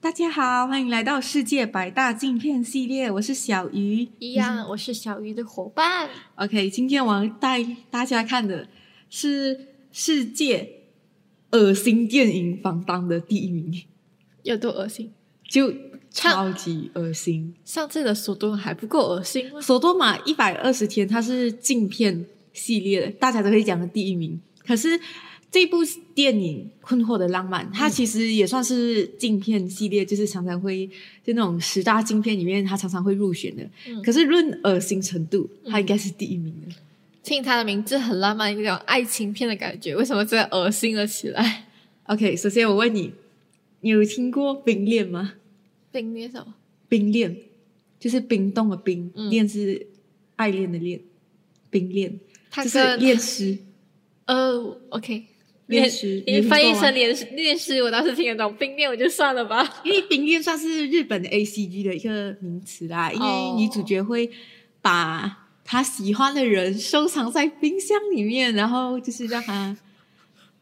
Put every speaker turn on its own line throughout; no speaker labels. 大家好，欢迎来到世界百大镜片系列，我是小鱼。
一样，我是小鱼的伙伴。
OK，今天我要带大家看的是世界恶心电影榜单的第一名，
有多恶心？
就
唱
超级恶心。
上次的速度还不够恶心吗？
《索多玛一百二十天》它是镜片系列的，大家都会讲的第一名。可是这部电影《困惑的浪漫》，它
嗯
其实也算是镜片系列，就是常常会就那种十大镜片里面，它常常会入选的。
嗯
可是论恶心程度，它
嗯
应该是第一名的。
听它的名字很浪漫，有种爱情片的感觉，为什么真的恶心了起来？
OK，首先我问你，你有听过冰恋吗？
冰恋什么？
冰恋就是冰冻的冰，
嗯
恋是爱恋的恋，冰恋
它
就是
跟
恋尸。
呃，OK，
恋
恋
尸
你翻译成
恋，
恋恋尸，我倒是听得懂。冰恋我就算了吧。
因为冰恋算是日本的 A C G 的一个名词啦，因为
哦
女主角会把她喜欢的人收藏在冰箱里面，然后就是让他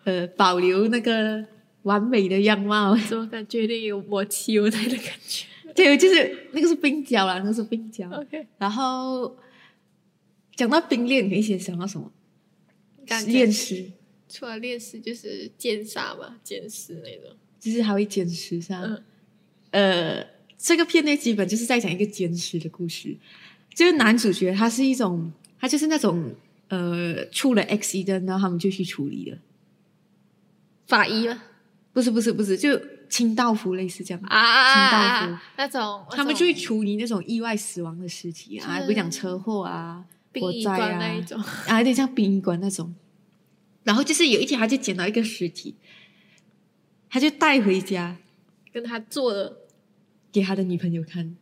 呃保留那个完美的样貌。
怎么感觉有点有我骑我奶的感觉
对，就是那个是冰胶啦，那个是冰胶。
？OK，
然后讲到冰恋，你先想到什么？
感觉
恋尸，
除了恋尸就是奸杀嘛，奸尸那种。
就是还会捡食噻。
嗯
呃，这个片内基本就是在讲一个捡食的故事，就是男主角他是一种，他就是那种呃出了 X 灯，然后他们就去处理了，
法医吗？
不是不是不是，就清道夫类似这样。
啊啊啊
清道
啊！那种
他们就会处理那种意外死亡的尸体啊，
就是
比如讲车祸啊、
殡
火
仪
灾
馆
啊
那一种。
啊，有点像殡仪馆那种。然后就是有一天，他就捡到一个尸体，他就带回家
跟他做了。
给他的女朋友看。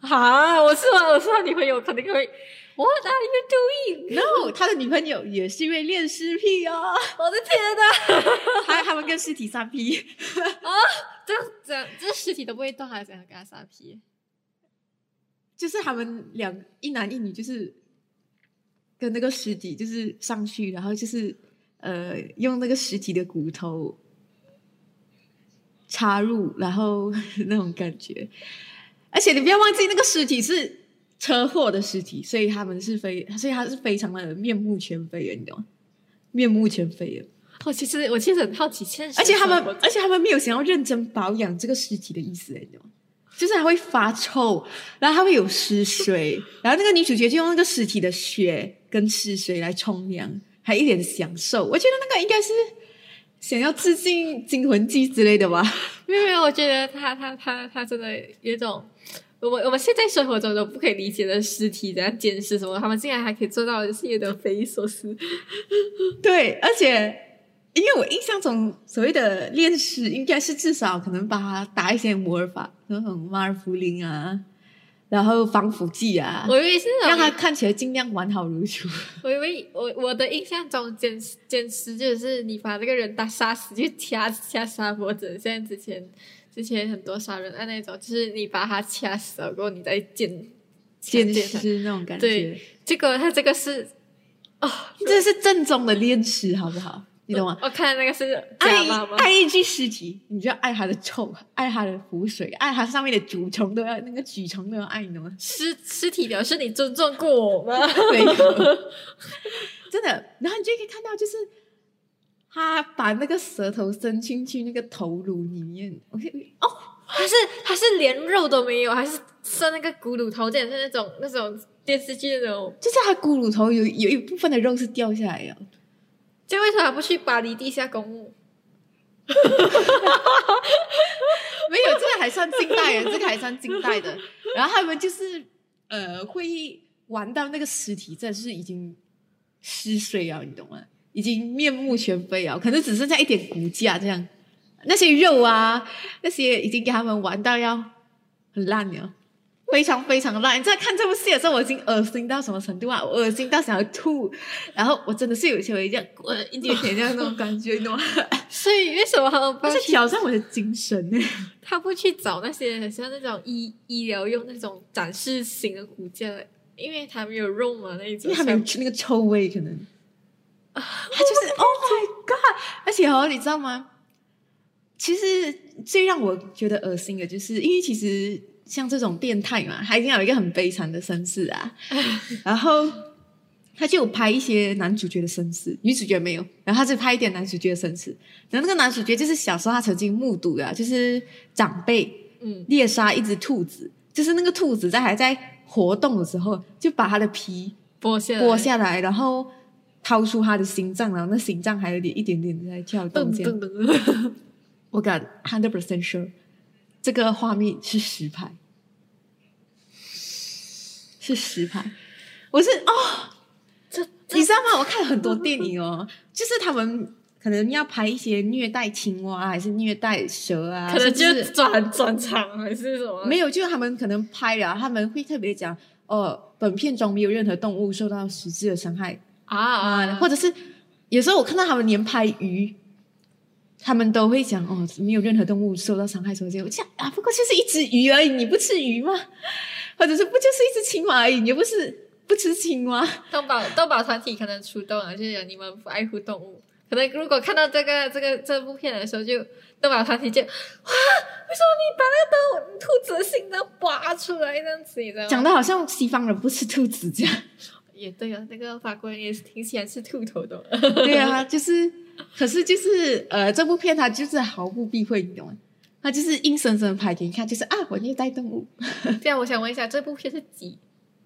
啊！我是我是他女朋友，肯定会。What are you doing？
然 后他的女朋友也是一位恋尸癖哦，
啊我的天啊哪！
他他们跟尸体三 P。
这样这样，这尸体都不会动，还怎样跟他撒皮？
就是他们两一男一女，就是跟那个尸体就是上去，然后就是呃用那个尸体的骨头插入，然后那种感觉。而且你不要忘记，那个尸体是车祸的尸体，所以他们是非，所以他是非常的面目全非的，你懂吗？面目全非的，
我哦其实我其实很好奇，现实
而且他们
生活中，
而且他们没有想要认真保养这个尸体的意思，你懂吗？就是它会发臭，然后它会有湿水，然后那个女主角就用那个尸体的血跟湿水来冲凉，还一脸享受。我觉得那个应该是想要致敬《惊魂记》之类的吧。
没有没有，我觉得他他他他真的有一种。我们我们现在生活中都不可以理解的尸体，怎样监视什么，他们竟然还可以做到，是有点匪夷所思。
对，而且因为我印象中所谓的恋尸，应该是至少可能把它打一些魔法，那种马尔福林啊，然后防腐剂啊，
我以为是那
让它
种，
看起来尽量完好如初。
我以为我我的印象中监视监视就是你把这个人打杀死，就掐掐杀脖子。像之前之前很多杀人案那种，就是你把他掐死了过后，你再 监
见
监视。
尸那种感觉
对，结果他这个是哦
这是正宗的恋尸，好不好？你懂吗？
我看那个是
爱
呃假
一
妈妈，？
爱一具尸体，你就要爱它的臭，爱它的腐水，爱它上面的蛆虫都要，那个蛆虫都要爱，你懂吗
尸尸体表示你尊重过我吗？
没有， 真的。然后你就可以看到，就是他把那个舌头伸进去那个头颅里面，我可以哦，
他是他是连肉都没有，还是剩那个骨乳头，简直是那种那种电视剧那种。
就是他骨乳头有有一部分的肉是掉下来的，
这样为什么不去巴黎地下公墓？
没有，这个还算近代的，这个还算近代的。然后他们就是呃，会玩到那个尸体真的是已经湿碎了，你懂吗？已经面目全非了，可能只剩下一点骨架这样。那些肉啊，那些已经给他们玩到要很烂了，非常非常烂。你在看这部戏的时候，我已经恶心到什么程度啊？我恶心到想要吐，然后我真的是有一些有一点滚一点点这样那种感觉，你 懂吗？
所以为什么他们不
它
要
是
去？
挑战我的精神呢、
他不去找那些很像那种医医疗用那种展示型的骨架来，因为他没有肉嘛那一种。
因为他没有那个臭味，可能他就是 Oh my God，而且哦，你知道吗？其实最让我觉得恶心的，就是因为其实像这种变态嘛，他一定要有一个很悲惨的身世啊。 然后他就有拍一些男主角的身世，女主角没有，然后他就拍一点男主角的身世。然后那个男主角就是小时候他曾经目睹的啊，就是长辈
嗯，
猎杀一只兔子，就是那个兔子在还在活动的时候，就把它的皮
剥下来
剥下来，然后掏出它的心脏，然后那心脏还有点一点点在跳动
噔
这样。
噔噔，
我敢 hundred percent sure，这个画面是实拍，是实拍。我是哦，
这这
你知道吗？我看了很多电影哦，就是他们可能要拍一些虐待青蛙啊还是虐待蛇啊，
可能
甚
就
至
转转场还是什么？
没有，就是他们可能拍了，他们会特别讲哦，本片中没有任何动物受到实质的伤害
啊啊，
或者是有时候我看到他们连拍鱼，他们都会讲哦，没有任何动物受到伤害，所以就我讲啊，不过就是一只鱼而已，你不吃鱼吗？或者是不就是一只青蛙而已，你又不是不吃青蛙？
动保动保团体可能出动了，就是你们不爱护动物。可能如果看到这个这个这部片的时候就，动保团体就哇，为什么你把那个动物兔子的心脏拔出来这样子？你知道吗？
讲的好像西方人不吃兔子这样。
也对啊，那个法国人也是挺喜欢吃兔 头的。
对啊，就是，可是就是呃，这部片它就是毫不避讳，你懂吗？它就是硬生生拍给你看，就是啊，我虐待动物。
这样，我想问一下，这部片是几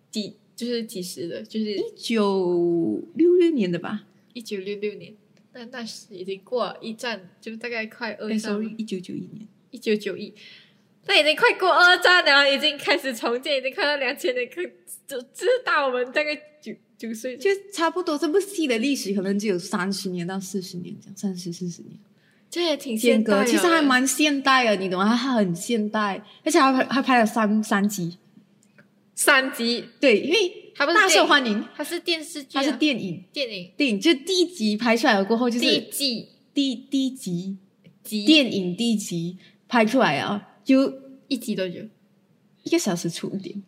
几就是几时的？就是
一九六六年的吧，
一九六六年，那那时已经过了一战，就大概快二
那时
战
候
了，
哎一九九一年。
一九九一，那已经快过二战了，已经开始重建，已经快到两千年，可就知道我们大概九九岁就
就差不多这部戏的历史可能只有三十年到四十年这样，三十四十年
这也挺
间
现代啊
隔，
的，
其实还蛮现代的，你懂吗？它很现代，而且还拍还拍了三三集，
三集，
对，因为
它不是
大
电
受
影
欢迎，
它是电视剧
它
啊、
是电影，
电影
电影就第一集拍出来了过后，就
第一
是
季
第第一集
集
电影第一集拍出来啊，就
一集多久？
一个小时出一点，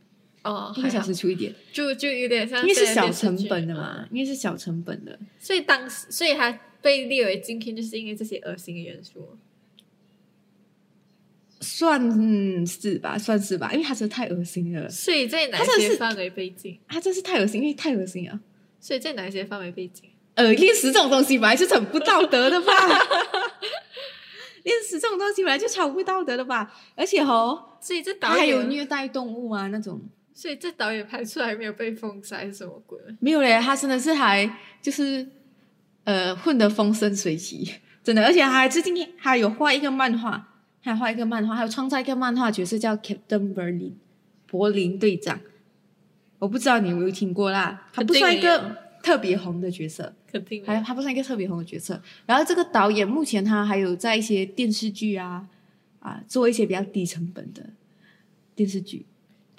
哦，
一个
还
小
好
时出一点，
就就有点像
因为是
现在
小
电视
成
剧啊
本的嘛，因为是小成本的，
所以当时，所以他被列为禁片，就是因为这些恶心的元素。
算是吧，算是吧，因为它真的太恶心了，
所以在哪
他真的
些
是
范围被禁？
它啊真是太恶心，因为太恶心了。
所以在哪些范围被禁？
呃，恋食这种东西本来就是很不道德的吧？ 恋食这种东西本来就超不道德的吧？而且哦，
所以这
他
导
还有
演，
虐待动物啊那种。
所以这导演拍出来没有被封杀还是什么鬼？
没有嘞，他真的是还就是呃混得风生水起，真的。而且他还最近还有画一个漫画，还画一个漫画，还有创造一个漫画角色叫 Captain Berlin 柏林队长。我不知道你有没有听过啦，他不
肯定
算一
没有
个特别红的角色。
肯定没
还
有。
他不算一个特别红的角色。然后这个导演目前他还有在一些电视剧啊啊做一些比较低成本的电视剧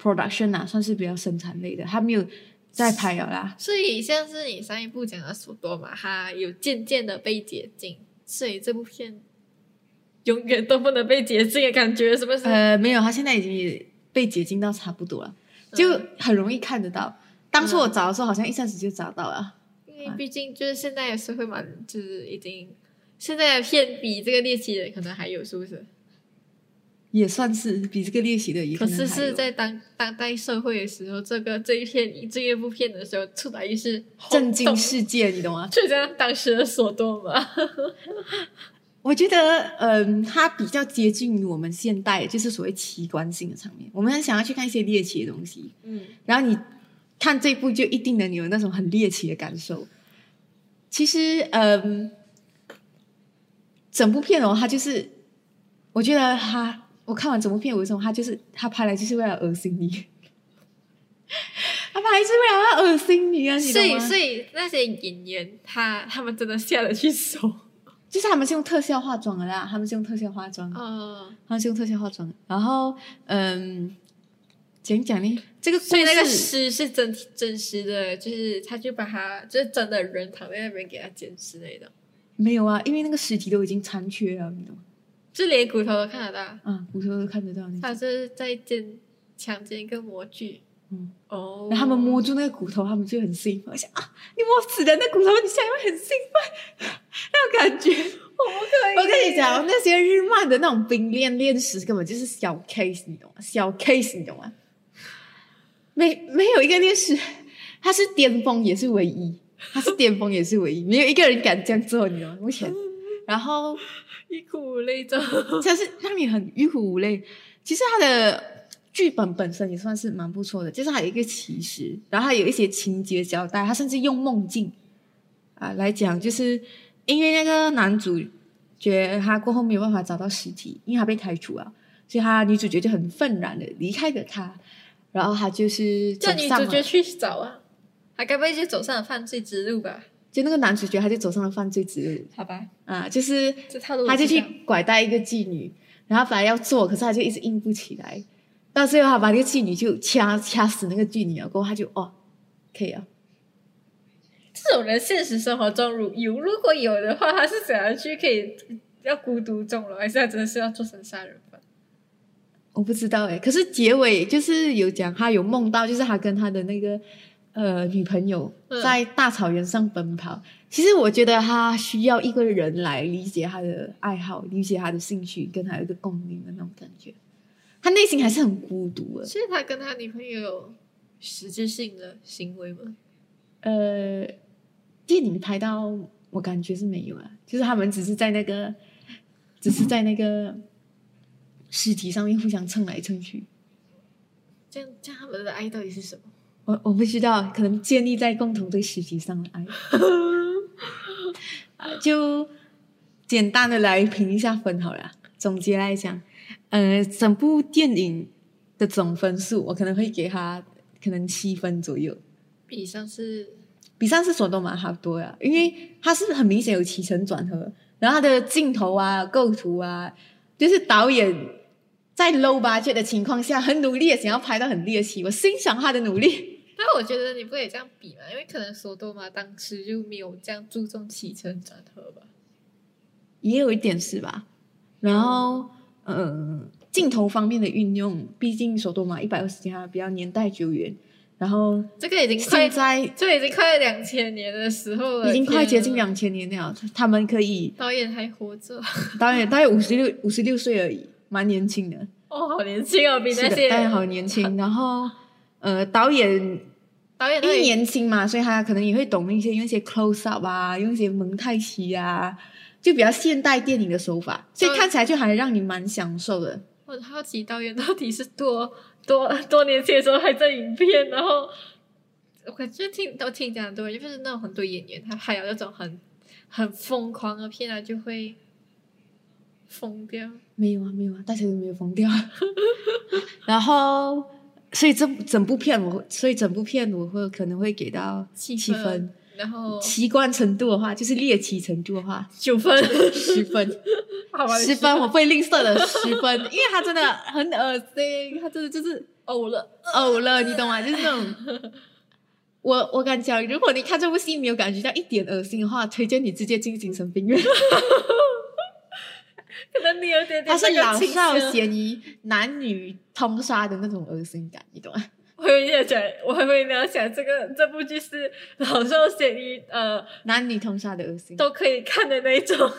production 啊，算是比较生产类的。他没有再拍了啦，
所以像是你上一部讲的索多玛，它有渐渐的被解禁，所以这部片永远都不能被解禁的感觉，是不是？
呃，没有，他现在已经也被解禁到差不多了，就很容易看得到。当初我找的时候，好像一下子就找到了。
因为毕竟就是现在的社会嘛，就是已经现在的片比这个猎奇的可能还有，是不是？
也算是比这个练习的也
可
能
是
还有
是在当当代社会的时候，这个这一片这一部片的时候，出来又是
震
轰
惊
动，
世界，你懂吗？
就像当时的索多玛。
我觉得，嗯，它比较接近于我们现代，就是所谓奇观性的场面。我们很想要去看一些猎奇的东西，
嗯，
然后你看这部就一定能有那种很猎奇的感受。其实，嗯，整部片哦，它就是，我觉得它，我看完整部片，为什么它就是它拍来就是为了恶心你， 它拍来就是为了要恶心你啊，你
所
懂
以
吗？
所以那些演员他他们真的下得去手。
就是他们是用特效化妆的啦，他们是用特效化妆的。
哦，
他是用特效化妆的。然后，嗯，讲讲呢，这个故事
所以那个尸是真真实的，就是他就把他就是真的人躺在那边给他剪之类的，
没有啊，因为那个尸体都已经残缺了，你懂吗？
就连骨头都看得到。
啊，骨头都看得到那
他
种。
就是在奸强奸一个模具。
嗯，
哦，
然后他们摸住那个骨头，他们就很兴奋，我想啊，你摸死人的骨头，你现在会很兴奋，然 那感觉。我跟你讲，那些日漫的那种冰恋恋史根本就是小 case，你懂吗？小 case，你懂吗？没没有一个恋史，他是巅峰也是唯一，他是巅峰也是唯一，没有一个人敢这样做，你懂吗？目前，然后
一哭泪 中，
但是让你很欲哭无泪。其实他的剧本本身也算是蛮不错的，就是还有一个起始，然后还有一些情节交代，他甚至用梦境啊来讲，就是呃因为那个男主角他过后没有办法找到尸体，因为他被开除了，所以他女主角就很愤然的离开了他，然后他就是
叫
走
女
上
主
了
角去找啊，他该不会就走上了犯罪之路吧？
就那个男主角他就走上了犯罪之路
好吧，
啊，就是
这套路
他就
我知
去
道
拐带一个妓女，然后本来要做，可是他就一直硬不起来，到最后他把那个妓女就掐掐死那个妓女了，过后他就哦，可以啊，
这种人现实生活中如有如果有的话，他是怎样去可以要孤独终老，还是他真的是要做成杀人犯？
我不知道哎，可是结尾就是有讲他有梦到，就是他跟他的那个呃女朋友
嗯
在大草原上奔跑。其实我觉得他需要一个人来理解他的爱好，理解他的兴趣，跟他有一个共鸣的那种感觉。他内心还是很孤独的，
所以他跟他女朋友有实质性的行为吗？
呃，电影拍到我感觉是没有啊，就是他们只是在那个，只是在那个尸体上面互相蹭来蹭去。
这样这样他们的爱到底是什么？
我我不知道，可能建立在共同对尸体上的爱。 啊就简单的来评一下分好了。总结来讲，呃，整部电影的总分数我可能会给他可能七分左右。
比上是
比上次所动蛮好多呀，因为它是很明显有起承转合，然后它的镜头啊、构图啊，就是导演在 low budget 的情况下，很努力的想要拍到很猎奇，我欣赏他的努力。
但我觉得你不可以这样比嘛，因为可能索多玛当时就没有这样注重起承转合吧。
也有一点是吧？然后，嗯，镜头方面的运用，毕竟首都嘛一百二十天它比较年代久远，然后
这个已经快
现，在
这已经快两千年的时候了，
已经快接近
天啊
两千年了，他们可以
导演还活着，
导演大概五十六五十六岁而已，蛮年轻的。
哦，好年轻哦，比
是
那
的，
些
导演好年轻。然后，呃，导演
导演
因
都
为
已
年轻嘛，所以他可能也会懂那些用一些 close up 啊，用一些蒙太奇啊，就比较现代电影的手法，所以
嗯
看起来就还让你蛮享受的。
我很好奇导演到底是多 多多年前的时候还在影片，然后我感觉听都听讲很多人，就是那种很多演员他拍了那种很很疯狂的片啊，就会疯掉。
没有啊，没有啊，大家都没有疯掉。 然后，所以这整部片我会，所以整部片我会可能会给到
七
七
分
分。
然后
奇观程度的话，就是猎奇程度的话，
九分，
十分。
好吧，
十分，我不会吝啬的十分， 因为他真的很恶心，他真的就是
呕了。
呕 了，你懂吗？就是那种，我我敢讲，如果你看这部戏没有感觉到一点恶心的话，推荐你直接进精神病 院。
可能你有点点
它是
那个
老
倾
少
向，
咸宜、男女通杀的那种恶心感，你懂吗？
我有点想，我还会要想这个 这部剧是老少咸宜，呃，
男女通杀的恶心，
都可以看的那种。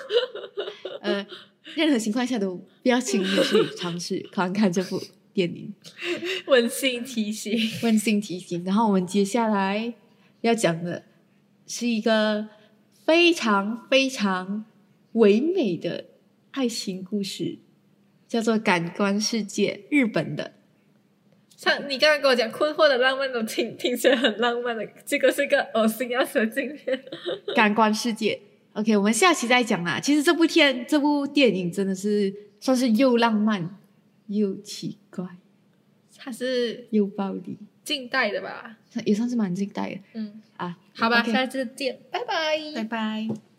呃，任何情况下都不要轻易去尝试 观看这部电影。
温馨提醒，
温馨提醒。然后我们接下来要讲的是一个非常非常唯美的爱情故事，叫做《感官世界》，日本的。
像你刚刚跟我讲《困惑的浪漫》都听听起来很浪漫的，这个是个恶心要死的经片。
感官世界。OK，我们下期再讲啦。其实这部片这部电影真的是算是又浪漫又奇怪
它是
又暴力，
近代的吧？
也算是蛮近代的
嗯，
啊。
好吧
OK，
下次见，拜拜，
拜拜。